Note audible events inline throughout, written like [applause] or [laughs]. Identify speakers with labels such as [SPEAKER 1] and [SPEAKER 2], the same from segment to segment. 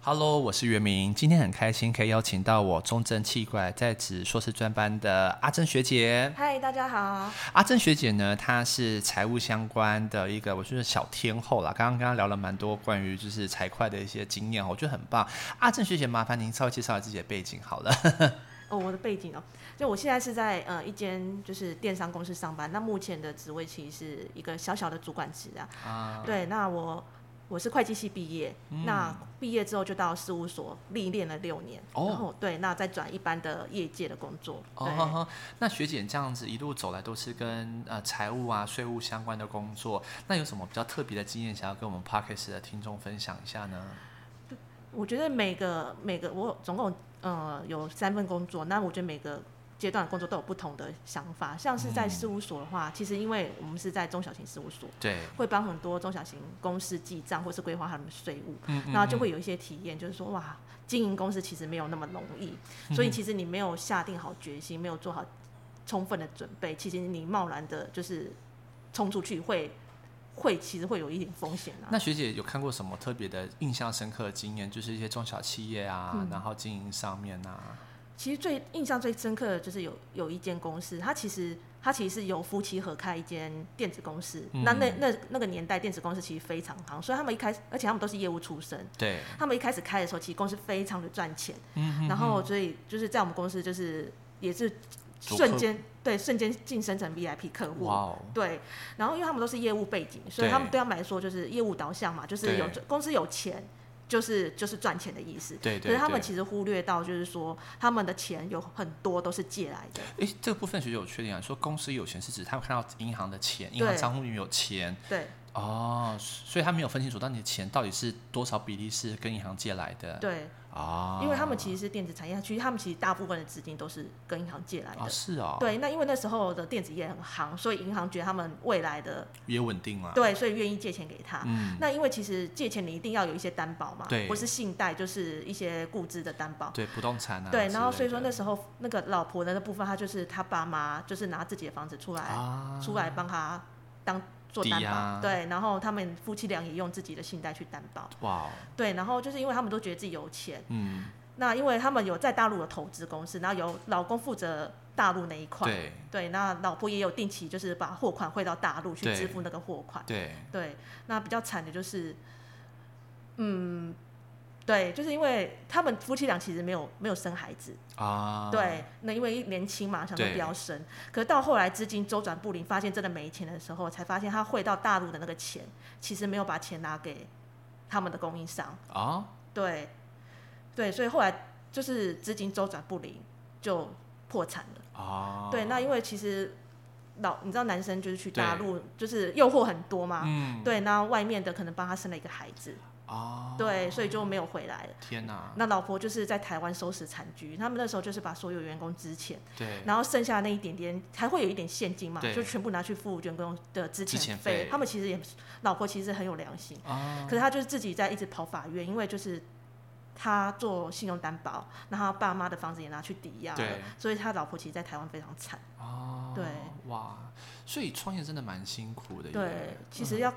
[SPEAKER 1] Hello，我是袁明，今天很开心可以邀请到我中正气管在职硕士专班的阿珍学姐。
[SPEAKER 2] 嗨，大家好。
[SPEAKER 1] 阿珍学姐呢，她是财务相关的一个，我觉得小天后啦。刚刚跟她聊了蛮多关于就是财会的一些经验哦，我觉得很棒。阿珍学姐，麻烦您稍微介绍一下自己的背景好了。
[SPEAKER 2] 哦，我的背景哦，就我现在是在呃一间就是电商公司上班，那目前的职位其实是一个小小的主管职啊。
[SPEAKER 1] 啊，嗯
[SPEAKER 2] 对，那我我是会计系毕业，那毕业之后就到事务所历练了六年，
[SPEAKER 1] 哦
[SPEAKER 2] 然后对，那再转一般的业界的工作。
[SPEAKER 1] 哦
[SPEAKER 2] 对
[SPEAKER 1] 呵呵， [laughs] 那学姐这样子一路走来都是跟呃财务啊、税务相关的工作，那有什么比较特别的经验想要跟我们 Parkes 的听众分享一下呢？
[SPEAKER 2] 我觉得每个每个我总共呃有三份工作，那我觉得每个阶段的工作都有不同的想法。像是在
[SPEAKER 1] 嗯
[SPEAKER 2] 事务所的话，其实因为我们是在中小型事务所，
[SPEAKER 1] 对，
[SPEAKER 2] 会帮很多中小型公司记账或是规划他们的税务，
[SPEAKER 1] 嗯
[SPEAKER 2] 然后就会有一些体验，就是说哇，经营公司其实没有那么容易，所
[SPEAKER 1] 嗯
[SPEAKER 2] 以其实你没有下定好决心，没有做好充分的准备，其实你贸然的就是冲出去会会其实会有一点风险啊。
[SPEAKER 1] 那学姐有看过什么特别的、印象深刻的经验？就是一些中小企业啊，
[SPEAKER 2] 嗯
[SPEAKER 1] 然后经营上面啊，
[SPEAKER 2] 其实最印象最深刻的就是有有一间公司，它其实它其实是由夫妻合开一间电子公司，
[SPEAKER 1] 嗯
[SPEAKER 2] 那那那那个年代电子公司其实非常行，所以他们一开始，而且他们都是业务出身。
[SPEAKER 1] 对，
[SPEAKER 2] 他们一开始开的时候，其实公司非常的赚钱，
[SPEAKER 1] 嗯
[SPEAKER 2] 然后所以就是在我们公司就是也是
[SPEAKER 1] 主
[SPEAKER 2] 瞬
[SPEAKER 1] 客
[SPEAKER 2] 间对瞬间晋升成 VIP 客户
[SPEAKER 1] 哇。哦，
[SPEAKER 2] 对，然后因为他们都是业务背景，所以他们
[SPEAKER 1] 对
[SPEAKER 2] 对他们来说就是业务导向嘛，就是
[SPEAKER 1] 对
[SPEAKER 2] 有公司有钱，就是就是赚钱的意思。
[SPEAKER 1] 对
[SPEAKER 2] 可
[SPEAKER 1] 对
[SPEAKER 2] 是他们
[SPEAKER 1] 对。
[SPEAKER 2] 其实忽略到，就是说他们的钱有很多都是借来的，
[SPEAKER 1] 诶，这个部分学姐有确定啊？说公司有钱是指他们看到银行的钱，银行
[SPEAKER 2] 对
[SPEAKER 1] 账户里面有钱
[SPEAKER 2] 对
[SPEAKER 1] 哦，所以他没有分清楚到底钱到底是多少比例是跟银行借来的
[SPEAKER 2] 对，
[SPEAKER 1] 啊？
[SPEAKER 2] 因为他们其实是电子产业，其实他们其实大部分的资金都是跟银行借来的。
[SPEAKER 1] 哦是哦，
[SPEAKER 2] 对，那因为那时候的电子业很行，所以银行觉得他们未来的
[SPEAKER 1] 也稳定了，
[SPEAKER 2] 对，所以愿意借钱给他。
[SPEAKER 1] 啊嗯，
[SPEAKER 2] 那因为其实借钱你一定要有一些担保嘛，
[SPEAKER 1] 对
[SPEAKER 2] 不是信贷就是一些固资的担保。
[SPEAKER 1] 对不动产啊之类
[SPEAKER 2] 对，
[SPEAKER 1] 的，
[SPEAKER 2] 然后所以说那时候那个老婆的那部分，她就是她爸妈就是拿自己的房子出来、
[SPEAKER 1] 啊
[SPEAKER 2] 出来帮她当做
[SPEAKER 1] 抵
[SPEAKER 2] 担
[SPEAKER 1] 押
[SPEAKER 2] 保，对，然后他们夫妻俩也用自己的信贷去担保，
[SPEAKER 1] 哇哦，
[SPEAKER 2] 对，然后就是因为他们都觉得自己有钱，
[SPEAKER 1] 嗯，
[SPEAKER 2] 那因为他们有在大陆的投资公司，然后由老公负责大陆那一块，
[SPEAKER 1] 对
[SPEAKER 2] 对，那老婆也有定期就是把货款汇到大陆去
[SPEAKER 1] 对
[SPEAKER 2] 支付那个货款。
[SPEAKER 1] 对，
[SPEAKER 2] 对，那比较惨的就是，嗯，对，就是因为他们夫妻俩其实没有没有生孩子，
[SPEAKER 1] 啊，
[SPEAKER 2] 对，那因为年轻嘛，想说
[SPEAKER 1] 对
[SPEAKER 2] 不要生，可是到后来资金周转不灵，发现真的没钱的时候，才发现他汇到大陆的那个钱，其实没有把钱拿给他们的供应商，
[SPEAKER 1] 啊，
[SPEAKER 2] 对，对，所以后来就是资金周转不灵，就破产了。
[SPEAKER 1] 哦，
[SPEAKER 2] 对，那因为其实老你知道男生就是去大陆，就是诱惑很多嘛。
[SPEAKER 1] 嗯，
[SPEAKER 2] 对，那外面的可能帮他生了一个孩子，
[SPEAKER 1] 哦，
[SPEAKER 2] 对，所以就没有回来了。
[SPEAKER 1] 天哪，
[SPEAKER 2] 那老婆就是在台湾收拾残局，他们那时候就是把所有员工支遣，
[SPEAKER 1] 对，
[SPEAKER 2] 然后剩下那一点点还会有一点现金嘛
[SPEAKER 1] 对，
[SPEAKER 2] 就全部拿去付员工的支
[SPEAKER 1] 资遣
[SPEAKER 2] 遣
[SPEAKER 1] 费
[SPEAKER 2] 费。他们其实也，老婆其实很有良心，
[SPEAKER 1] 啊，
[SPEAKER 2] 可是他就是自己在一直跑法院，因为就是他做信用担保，那他爸妈的房子也拿去抵押了
[SPEAKER 1] 对，
[SPEAKER 2] 所以他老婆其实，在台湾非常惨。
[SPEAKER 1] 哦，
[SPEAKER 2] 对，
[SPEAKER 1] 哇，所以创业真的蛮辛苦的耶，嗯
[SPEAKER 2] 对，其实要、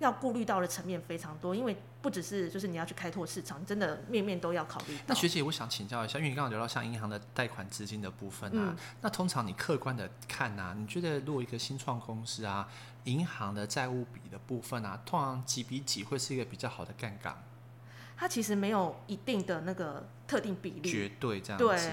[SPEAKER 2] 要顾虑到的层面非常多，因为不只是就是你要去开拓市场，真的面面都要考虑
[SPEAKER 1] 那
[SPEAKER 2] 到。
[SPEAKER 1] 学姐，我想请教一下，因为你刚刚聊到像银行的贷款资金的部分啊，
[SPEAKER 2] 嗯
[SPEAKER 1] 那通常你客观的看啊，你觉得如果一个新创公司啊，银行的债务比的部分啊，通常几比几会是一个比较好的杠杆？
[SPEAKER 2] 它其实没有一定的那个特定比例，
[SPEAKER 1] 绝对这样
[SPEAKER 2] 对
[SPEAKER 1] 子。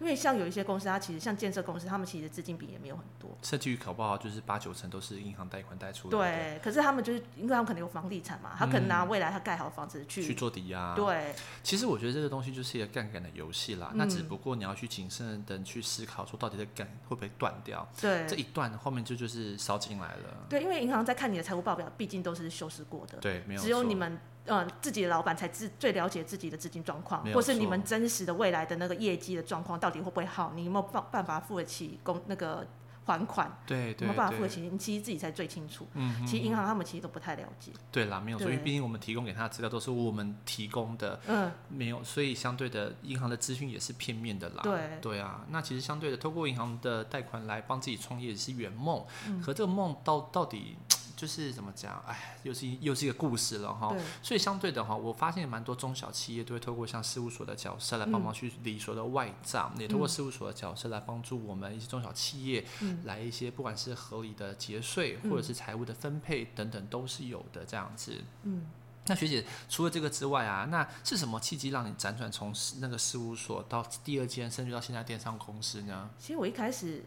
[SPEAKER 2] 因为像有一些公司，它其实像建设公司，他们其实资金比也没有很多。
[SPEAKER 1] 设计搞不好就是八九成都是银行贷款贷出来的，
[SPEAKER 2] 对，可是他们就是因为他们可能有房地产嘛，他可能拿未来他盖好房子去，
[SPEAKER 1] 嗯去做抵押。
[SPEAKER 2] 对
[SPEAKER 1] 其实我觉得这个东西就是一个杠杆的游戏
[SPEAKER 2] 嗯
[SPEAKER 1] 啦，那只不过你要去谨慎的去思考，说到底这个杆会不会断掉？这
[SPEAKER 2] 对
[SPEAKER 1] 一段后面就就是烧进来了。
[SPEAKER 2] 对，因为银行在看你的财务报表，毕竟都是修饰过的，
[SPEAKER 1] 对，没有错。
[SPEAKER 2] 只有你们呃自己的老板才自最了解自己的资金状况
[SPEAKER 1] 没，有
[SPEAKER 2] 或是你
[SPEAKER 1] 错
[SPEAKER 2] 们真实的未来的那个业绩的状况到底会不会好，你有没有办办法付得起公那个还款，
[SPEAKER 1] 对
[SPEAKER 2] 有没
[SPEAKER 1] 对
[SPEAKER 2] 有办法付
[SPEAKER 1] 对，
[SPEAKER 2] 得
[SPEAKER 1] 嗯
[SPEAKER 2] 起，你其实自己才最清楚。其实银行他们其实都不太了解。
[SPEAKER 1] 对啦，没有错，因
[SPEAKER 2] 对
[SPEAKER 1] 为毕竟我们提供给他的资料都是我们提供的，
[SPEAKER 2] 嗯，
[SPEAKER 1] 没有，所以相对的银行的资讯也是片面的啦。
[SPEAKER 2] 对
[SPEAKER 1] 对啊，那其实相
[SPEAKER 2] 嗯
[SPEAKER 1] 对的，透过银行的贷款来帮自己创业也是圆梦，可这个梦到到底。就是怎么讲，哎，又是一又是一个故事了哈。
[SPEAKER 2] 对，
[SPEAKER 1] 所以相对的哈，我发现蛮多中小企业都会透过像事务所的角色来帮忙去理所有的外账，也透过事务所的角色来帮助我们一些中小企业
[SPEAKER 2] 嗯
[SPEAKER 1] 来一些不管是合理的节税
[SPEAKER 2] 嗯
[SPEAKER 1] 或者是财务的分配等等都是有的这样子。
[SPEAKER 2] 嗯，
[SPEAKER 1] 那学姐除了这个之外啊，那是什么契机让你辗转从事那个事务所到第二间，甚至到现在电商公司呢？
[SPEAKER 2] 其实我一开始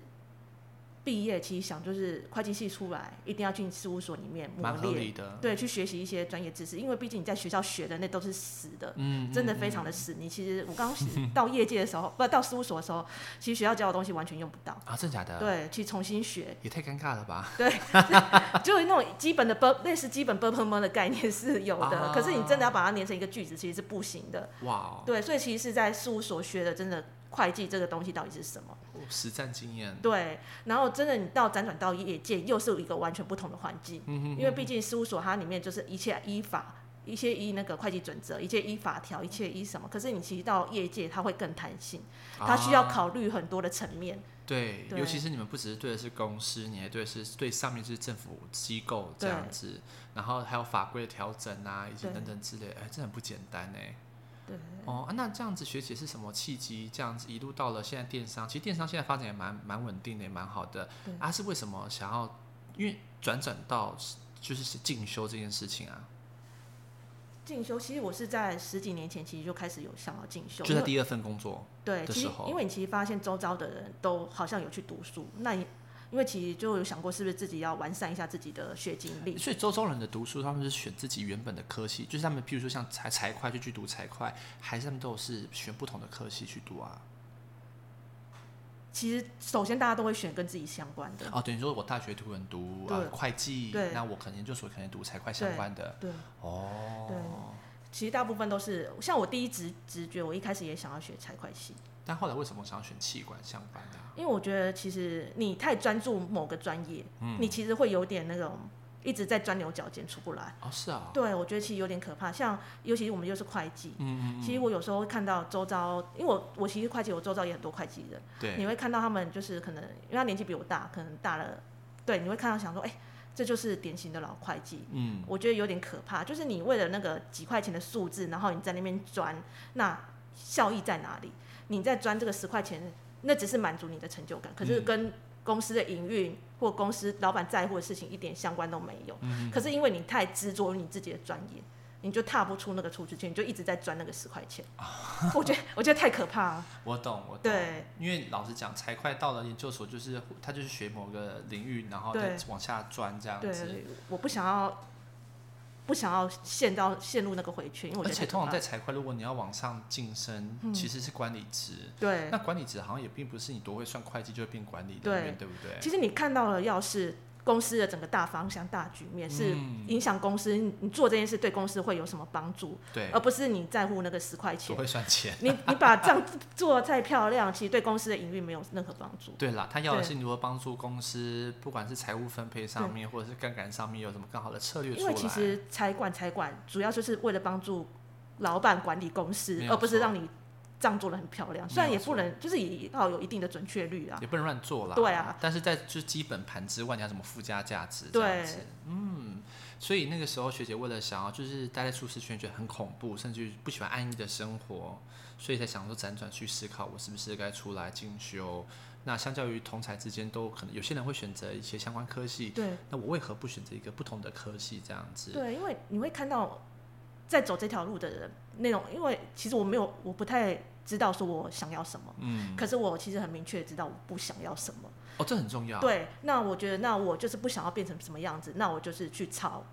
[SPEAKER 2] 毕业，其实想就是会计系出来，一定要进事务所里面磨
[SPEAKER 1] 蛮合
[SPEAKER 2] 练，
[SPEAKER 1] 理的，
[SPEAKER 2] 对，去学习一些专业知识，因为毕竟你在学校学的那都是死的。
[SPEAKER 1] 嗯，
[SPEAKER 2] 真的
[SPEAKER 1] 嗯
[SPEAKER 2] 非常
[SPEAKER 1] 嗯
[SPEAKER 2] 的死，你其实
[SPEAKER 1] [laughs]
[SPEAKER 2] 我刚到业界的时候，不到事务所的时候，其实学校教的东西完全用不到，
[SPEAKER 1] 啊，真假的，，
[SPEAKER 2] 对，去重新学，
[SPEAKER 1] 也太尴尬了吧？
[SPEAKER 2] 就那种基本的 b 类似基本 b p m 的概念是有的，
[SPEAKER 1] 啊
[SPEAKER 2] 可是你真的要把它连成一个句子，其实是不行的。
[SPEAKER 1] 哇哦，
[SPEAKER 2] 对，所以其实是在事务所学的，真的会计这个东西到底是什么？
[SPEAKER 1] 实战经验，
[SPEAKER 2] 对，然后真的你到辗转到业界，又是一个完全不同的环境，
[SPEAKER 1] 嗯
[SPEAKER 2] 因为毕竟事务所它里面就是一切依法。一切依那个会计准则，一切依法条，一切依什么？可是你其实到业界，它会更弹性，它需要
[SPEAKER 1] 啊
[SPEAKER 2] 考虑很多的层面。
[SPEAKER 1] 对，
[SPEAKER 2] 对
[SPEAKER 1] 尤其是你们不只是对的是公司，你还对的是对上面是政府机构这
[SPEAKER 2] 对
[SPEAKER 1] 样子，然后还有法规的调整啊，以及
[SPEAKER 2] 对
[SPEAKER 1] 等等之类，哎，这很不简单哎。
[SPEAKER 2] 对
[SPEAKER 1] 哦、啊那这样子学姐是什么契机？这样子一路到了现在电商，其实电商现在发展也蛮蛮稳定的，也蛮好的
[SPEAKER 2] 对。
[SPEAKER 1] 啊，是为什么想要？因为转转到就是进修这件事情啊，
[SPEAKER 2] 进修其实我是在十几年前，其实就开始有想要进修，
[SPEAKER 1] 就
[SPEAKER 2] 因
[SPEAKER 1] 在
[SPEAKER 2] 为
[SPEAKER 1] 第二份工作，
[SPEAKER 2] 对，
[SPEAKER 1] 的
[SPEAKER 2] 其
[SPEAKER 1] 时
[SPEAKER 2] 实
[SPEAKER 1] 候
[SPEAKER 2] 因为你其实发现周遭的人都好像有去读书，那你因为其实就有想过是不是自己要完善一下自己的学经历，
[SPEAKER 1] 所以周遭人的读书，他们是选自己原本的科系，就是他们，譬如说像财财会就去读财会，还是他们都有是选不同的科系去读啊？
[SPEAKER 2] 其实首先大家都会选跟自己相关的，
[SPEAKER 1] 哦，等于说我大学读本读呃
[SPEAKER 2] 对
[SPEAKER 1] 会计，
[SPEAKER 2] 对
[SPEAKER 1] 那我可能研究所可能读财会相关的
[SPEAKER 2] 对，对
[SPEAKER 1] 哦。
[SPEAKER 2] 其实大部分都是像我第一直直觉，我一开始也想要学财会系，
[SPEAKER 1] 但后来为什么想要选气管相关的啊、
[SPEAKER 2] 因为我觉得其实你太专注某个专业，
[SPEAKER 1] 嗯
[SPEAKER 2] 你其实会有点那种一直在钻牛角尖出不来，
[SPEAKER 1] 哦，是啊，
[SPEAKER 2] 对我觉得其实有点可怕，像尤其我们又是会计。
[SPEAKER 1] 嗯嗯
[SPEAKER 2] 其实我有时候会看到周遭，因为我我其实会计，我周遭也很多会计人，
[SPEAKER 1] 嗯，
[SPEAKER 2] 你
[SPEAKER 1] 对，
[SPEAKER 2] 会看到他们就是可能，因为他年纪比我大，可能大了，对，你会看到想说，哎、这就是典型的老会计。
[SPEAKER 1] 嗯，
[SPEAKER 2] 我觉得有点可怕，就是你为了那个几块钱的数字，然后你在那边钻，那效益在哪里？你在钻这个十块钱，那只是满足你的成就感，可是
[SPEAKER 1] 嗯
[SPEAKER 2] 跟公司的营运或公司老板在乎的事情一点相关都没有。
[SPEAKER 1] 嗯
[SPEAKER 2] 可是因为你太执着于你自己的专业，你就踏不出那个出去圈，你就一直在钻那个十块钱。我觉得我觉得太可怕了。
[SPEAKER 1] 我懂，我懂。
[SPEAKER 2] 对
[SPEAKER 1] 因为老实讲，财会到了研究所，就是他就是学某个领域，然后
[SPEAKER 2] 对
[SPEAKER 1] 再往下钻这样子。
[SPEAKER 2] 对，我不想要，不想要陷到陷入那个回圈，因为我
[SPEAKER 1] 而
[SPEAKER 2] 觉得
[SPEAKER 1] 且
[SPEAKER 2] 太可
[SPEAKER 1] 通常
[SPEAKER 2] 怕
[SPEAKER 1] 在财会，如果你要往上晋升，
[SPEAKER 2] 嗯
[SPEAKER 1] 其实是管理职。
[SPEAKER 2] 对，
[SPEAKER 1] 那管理职好像也并不是你多会算会计就会变管理人
[SPEAKER 2] 对
[SPEAKER 1] 员，对不对？
[SPEAKER 2] 其实你看到了，要是公司的整个大方向、大局面是
[SPEAKER 1] 嗯
[SPEAKER 2] 影响公司，你你做这件事对公司会有什么帮助，
[SPEAKER 1] 对
[SPEAKER 2] 而，不是你在乎那个十块
[SPEAKER 1] 我
[SPEAKER 2] 哦钱。
[SPEAKER 1] 会算钱。 [laughs]
[SPEAKER 2] 你你把账做得再漂亮，其实对公司的营运没有任何帮助。
[SPEAKER 1] 对啦，他要的
[SPEAKER 2] 对
[SPEAKER 1] 是你如何帮助公司，不管是财务分配上
[SPEAKER 2] 对
[SPEAKER 1] 面，或者是杠杆上面，有什么更好的策略出
[SPEAKER 2] 因
[SPEAKER 1] 来。
[SPEAKER 2] 为其实财管财管主要就是为了帮助老板管理公司
[SPEAKER 1] 没，有
[SPEAKER 2] 而不是
[SPEAKER 1] 错
[SPEAKER 2] 让你账做的很漂亮。虽然
[SPEAKER 1] 没
[SPEAKER 2] 也
[SPEAKER 1] 有
[SPEAKER 2] 不
[SPEAKER 1] 错
[SPEAKER 2] 能，就是也要有一定的准确率啊。
[SPEAKER 1] 也不能乱做啦。
[SPEAKER 2] 对啊，
[SPEAKER 1] 但是在就是基本盘之外，你要怎么附加价值？
[SPEAKER 2] 对
[SPEAKER 1] 这样子，嗯，所以那个时候学姐为了想要就是待在舒适圈，觉得很恐怖，甚至不喜欢安逸的生活，所以才想说辗转去思考，我是不是该出来进修？那相较于同才之间，都可能有些人会选择一些相关科系，
[SPEAKER 2] 对，
[SPEAKER 1] 那我为何不选择一个不同的科系这样子？
[SPEAKER 2] 对，因为你会看到在走这条路的人那种，因为其实我没有，我不太知道说我想要什么，
[SPEAKER 1] 嗯，
[SPEAKER 2] 可是我其实很明确地知道我不想要什么。
[SPEAKER 1] 哦，这很重要。
[SPEAKER 2] 对，那我觉得那我就是不想要变成什么样子，那我就是去朝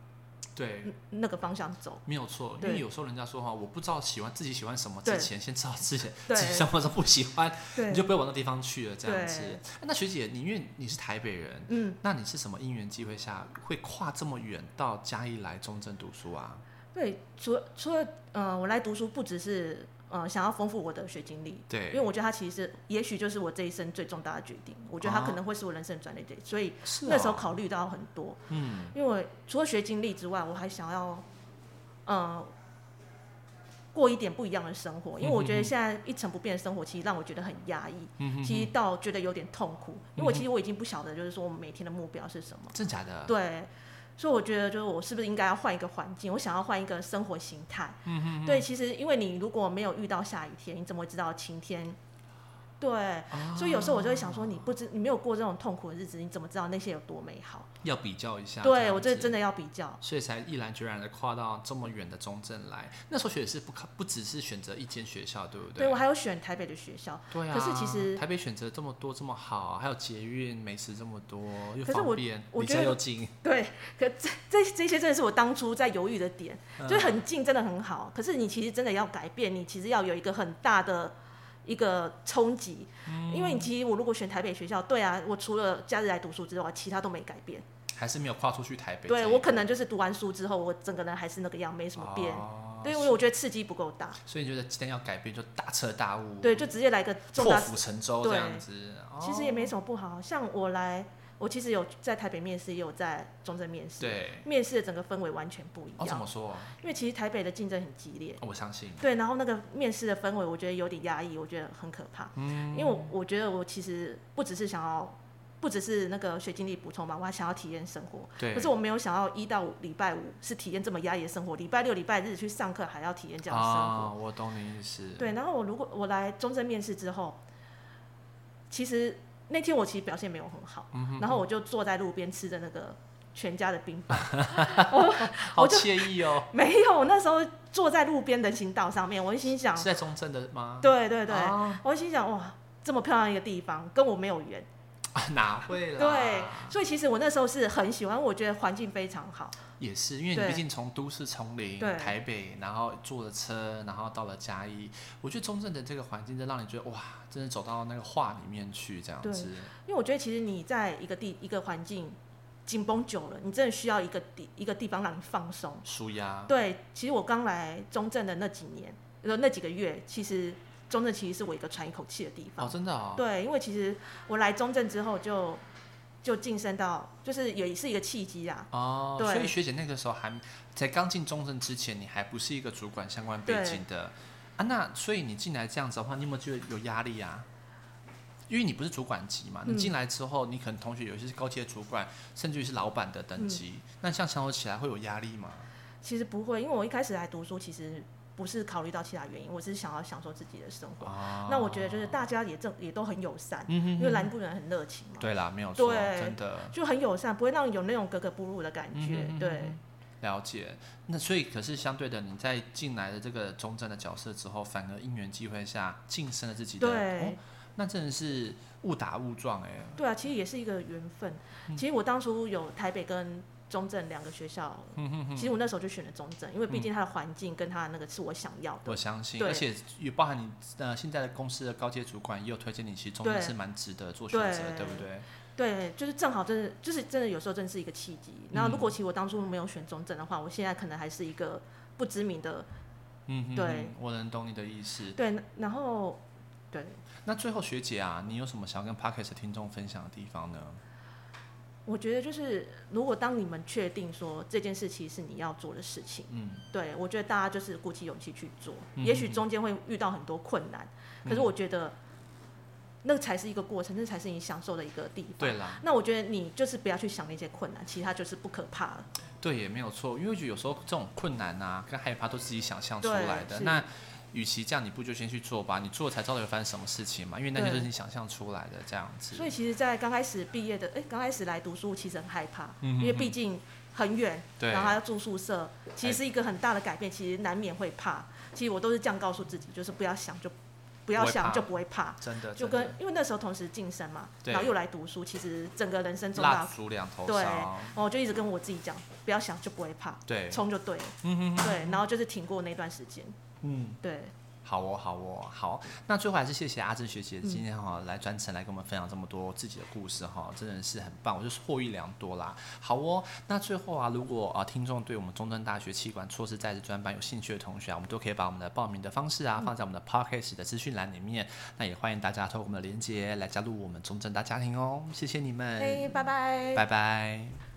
[SPEAKER 1] 对
[SPEAKER 2] 嗯那个方向走。
[SPEAKER 1] 没有错，因
[SPEAKER 2] 对
[SPEAKER 1] 为有时候人家说哈，我不知道喜欢自己喜欢什么
[SPEAKER 2] 对
[SPEAKER 1] 之前，先知道自己
[SPEAKER 2] 对
[SPEAKER 1] 自己生活中不喜欢，
[SPEAKER 2] 对
[SPEAKER 1] 你就不会往那地方去了。这样
[SPEAKER 2] 对
[SPEAKER 1] 子，哎那学姐，你因为你是台北人，
[SPEAKER 2] 嗯，
[SPEAKER 1] 那你是什么因缘机会下会跨这么远到嘉义来中正读书啊？
[SPEAKER 2] 对，除了除了呃，我来读书不只是呃想要丰富我的学经历。因为
[SPEAKER 1] 对，
[SPEAKER 2] 我觉得它其实是，也许就是我这一生最重大的决定。我觉得它可
[SPEAKER 1] 哦
[SPEAKER 2] 能会是我人生的转捩点，所以
[SPEAKER 1] 是
[SPEAKER 2] 那时候
[SPEAKER 1] 哦，
[SPEAKER 2] 考虑到很多。
[SPEAKER 1] 嗯，
[SPEAKER 2] 因为我除了学经历之外，我还想要，呃，过一点不一样的生活。因为我觉得现在一成不变的生活，其实让我觉得很压抑，
[SPEAKER 1] 嗯哼嗯
[SPEAKER 2] 其
[SPEAKER 1] 哼，
[SPEAKER 2] 实到觉得有点痛苦。因为我其实我已经不晓得，就是说我们每天的目标是什么。
[SPEAKER 1] 真假的？
[SPEAKER 2] 对，所以我觉得就是我是不是应该要换一个环境？我想要换一个生活形态。嗯哼对，其实因为你如果没有遇到下雨天，你怎么会知道晴天？对，所以有时候我就会想说，你不知你没有过这种痛苦的日子，你怎么知道那些有多美好？
[SPEAKER 1] 要比较一下。
[SPEAKER 2] 对我
[SPEAKER 1] 这
[SPEAKER 2] 这
[SPEAKER 1] 样子
[SPEAKER 2] 真的要比较。
[SPEAKER 1] 所以才毅然决然的跨到这么远的中正来。那时候学也是不可不只是选择一间学校，对不
[SPEAKER 2] 对
[SPEAKER 1] 对？
[SPEAKER 2] 我还有选台北的学校，
[SPEAKER 1] 对啊。
[SPEAKER 2] 可是其实
[SPEAKER 1] 台北选择这么多这么好，还有捷运美食这么多，又
[SPEAKER 2] 可是我
[SPEAKER 1] 方便，
[SPEAKER 2] 我
[SPEAKER 1] 离
[SPEAKER 2] 觉
[SPEAKER 1] 家
[SPEAKER 2] 得
[SPEAKER 1] 又近。
[SPEAKER 2] 对，可这这这些真的是我当初在犹豫的点，
[SPEAKER 1] 嗯
[SPEAKER 2] 就是很近，真的很好。可是你其实真的要改变，你其实要有一个很大的一个冲击，
[SPEAKER 1] 嗯
[SPEAKER 2] 因为你其实我如果选台北学校，对啊，我除了假日来读书之外，其他都没改变。
[SPEAKER 1] 还是没有跨出去台北这一
[SPEAKER 2] 对
[SPEAKER 1] 步。
[SPEAKER 2] 我可能就是读完书之后，我整个人还是那个样，没什么变。
[SPEAKER 1] 哦
[SPEAKER 2] 对，因为我觉得刺激不够大，
[SPEAKER 1] 所以你觉得今天要改变，就大彻大悟，
[SPEAKER 2] 对，就直接来个重
[SPEAKER 1] 破
[SPEAKER 2] 大。
[SPEAKER 1] 釜沉舟这样子。哦
[SPEAKER 2] 其实也没什么不好，像我来，我其实有在台北面试，也有在中正面试，
[SPEAKER 1] 对。
[SPEAKER 2] 面试的整个氛围完全不一
[SPEAKER 1] 哦，怎
[SPEAKER 2] 样，
[SPEAKER 1] 么说？
[SPEAKER 2] 因为其实台北的竞争很激烈。
[SPEAKER 1] 我相信。
[SPEAKER 2] 对，然后那个面试的氛围，我觉得有点压抑，我觉得很可怕。
[SPEAKER 1] 嗯
[SPEAKER 2] 因为我我觉得我其实不只是想要，不只是那个学经历补充嘛，我还想要体验生活。
[SPEAKER 1] 对。
[SPEAKER 2] 可是我没有想要一到五礼拜五是体验这么压抑的生活，礼拜六、礼拜日去上课还要体验这样的生活。
[SPEAKER 1] 啊，我懂你意思。
[SPEAKER 2] 对，然后我如果我来中正面试之后，其实那天我其实表现没有很好，
[SPEAKER 1] 嗯
[SPEAKER 2] 然后我就坐在路边吃着那个全家的冰棒， [laughs]
[SPEAKER 1] 好惬意哦。
[SPEAKER 2] 没有，我那时候坐在路边人行道上面，我心想
[SPEAKER 1] 是，在中正的吗？
[SPEAKER 2] 对对对，
[SPEAKER 1] 啊
[SPEAKER 2] 我心想哇，这么漂亮一个地方跟我没有缘，
[SPEAKER 1] 啊 [laughs] 哪会啦？
[SPEAKER 2] 对，所以其实我那时候是很喜欢，我觉得环境非常好，
[SPEAKER 1] 也是，因为你
[SPEAKER 2] 对
[SPEAKER 1] 毕竟从都市丛林
[SPEAKER 2] 对
[SPEAKER 1] 台北，然后坐着车，然后到了嘉义，我觉得中正的这个环境，真让你觉得哇，真的走到那个画里面去这样
[SPEAKER 2] 对
[SPEAKER 1] 子。
[SPEAKER 2] 因为我觉得其实你在一个地一个环境紧绷久了，你真的需要一个地一个地方让你放松。
[SPEAKER 1] 舒压，
[SPEAKER 2] 对，其实我刚来中正的那几年，呃，那几个月，其实中正其实是我一个喘一口气的地方。
[SPEAKER 1] 哦，真的哦，
[SPEAKER 2] 对，因为其实我来中正之后就就晋升到，就是也是一个契机啊。
[SPEAKER 1] 哦，
[SPEAKER 2] 对
[SPEAKER 1] 所以学姐那个时候还才刚进中正之前，你还不是一个主管相关背景的啊，那所以你进来这样子的话，你有没有觉得有压力啊？因为你不是主管级嘛，你
[SPEAKER 2] 嗯
[SPEAKER 1] 进来之后，你可能同学有些是高阶主管，甚至于是老板的
[SPEAKER 2] 嗯
[SPEAKER 1] 等级，那这样相处起来会有压力吗？
[SPEAKER 2] 其实不会，因为我一开始来读书，其实不是考虑到其他原因，我只是想要享受自己的生活。
[SPEAKER 1] 啊，
[SPEAKER 2] 那我觉得就是大家也正也都很友善，
[SPEAKER 1] 嗯哼
[SPEAKER 2] 因为南部人很热情嘛，
[SPEAKER 1] 对啦，没有错，
[SPEAKER 2] 对
[SPEAKER 1] 真的
[SPEAKER 2] 就很友善，不会让你有那种格格不入的感觉。
[SPEAKER 1] 嗯哼嗯哼
[SPEAKER 2] 对，
[SPEAKER 1] 了解。那所以，可是相对的，你在进来的这个中正的角色之后，反而因缘际会下晋升了自己的，
[SPEAKER 2] 对
[SPEAKER 1] 哦，那真的是误打误撞哎、
[SPEAKER 2] 对啊，其实也是一个缘分。
[SPEAKER 1] 嗯
[SPEAKER 2] 其实我当初有台北跟中正两个学校，
[SPEAKER 1] 嗯
[SPEAKER 2] 其实我那时候就选了中正，因为毕竟它的环境跟它那个是我想要的。
[SPEAKER 1] 我相信，
[SPEAKER 2] 对
[SPEAKER 1] 而且也包含你呃现在的公司的高阶主管也有推荐你，其实中正
[SPEAKER 2] 对
[SPEAKER 1] 是蛮值得做选择，
[SPEAKER 2] 对
[SPEAKER 1] 对不对？
[SPEAKER 2] 对，就是正好真的就是真的有时候真是一个契机。然后如
[SPEAKER 1] 嗯
[SPEAKER 2] 果其实我当初没有选中正的话，我现在可能还是一个不知名的
[SPEAKER 1] 嗯哼，
[SPEAKER 2] 对
[SPEAKER 1] 嗯，我能懂你的意思。
[SPEAKER 2] 对，然后对。
[SPEAKER 1] 那最后学姐啊，你有什么想要跟 Parkes 听众分享的地方呢？
[SPEAKER 2] 我觉得就是，如果当你们确定说这件事其实是你要做的事情，
[SPEAKER 1] 嗯，
[SPEAKER 2] 对我觉得大家就是鼓起勇气去做，
[SPEAKER 1] 嗯
[SPEAKER 2] 也许中间会遇到很多困难，可是我觉得那才是一个过程，那才是你享受的一个地方。
[SPEAKER 1] 对啦，
[SPEAKER 2] 那我觉得你就是不要去想那些困难，其他就是不可怕了。
[SPEAKER 1] 对，也没有错，因为我觉得有时候这种困难啊跟害怕都是自己想象出
[SPEAKER 2] 对
[SPEAKER 1] 来的。
[SPEAKER 2] 是
[SPEAKER 1] 那与其这样，你不就先去做吧？你做了才知道有发生什么事情嘛，因为那些
[SPEAKER 2] 对
[SPEAKER 1] 都是你想象出来的这样子。
[SPEAKER 2] 所以其实，在刚开始毕业的，哎、刚开始来读书其实很害怕，
[SPEAKER 1] 嗯哼
[SPEAKER 2] 因为毕竟很远，
[SPEAKER 1] 对哎
[SPEAKER 2] 然后还要住宿舍，其实是一个很大的改变，其实难免会怕。其实我都是这样告诉自己，就是不要想就不要
[SPEAKER 1] 不会怕
[SPEAKER 2] 想就不会怕。
[SPEAKER 1] 真的
[SPEAKER 2] 就
[SPEAKER 1] 真的
[SPEAKER 2] 跟因为那时候同时晋升嘛，
[SPEAKER 1] 对
[SPEAKER 2] 然后又来读书，其实整个人生重
[SPEAKER 1] 蜡
[SPEAKER 2] 大，
[SPEAKER 1] 烛两头
[SPEAKER 2] 对，
[SPEAKER 1] 烧
[SPEAKER 2] 然，后我就一直跟我自己讲，不要想就不会怕，
[SPEAKER 1] 对，
[SPEAKER 2] 冲就对了，
[SPEAKER 1] 嗯哼，
[SPEAKER 2] 对，然后就是挺过那段时间，
[SPEAKER 1] 嗯。
[SPEAKER 2] 对，
[SPEAKER 1] 好哦，好哦，好。那最后还是谢谢阿珍学姐今天哈、来专程来跟我们分享这么多自己的故事哈、真的是很棒，我就是获益良多啦。好哦，那最后啊，如果啊、听众对我们中正大学气管硕士在职专班有兴趣的同学啊，我们都可以把我们的报名的方式啊放在我们的 podcast 的资讯栏里面。那也欢迎大家透过我们的连接来加入我们中正大家庭哦，谢谢你们，
[SPEAKER 2] 哎，拜拜。
[SPEAKER 1] 拜拜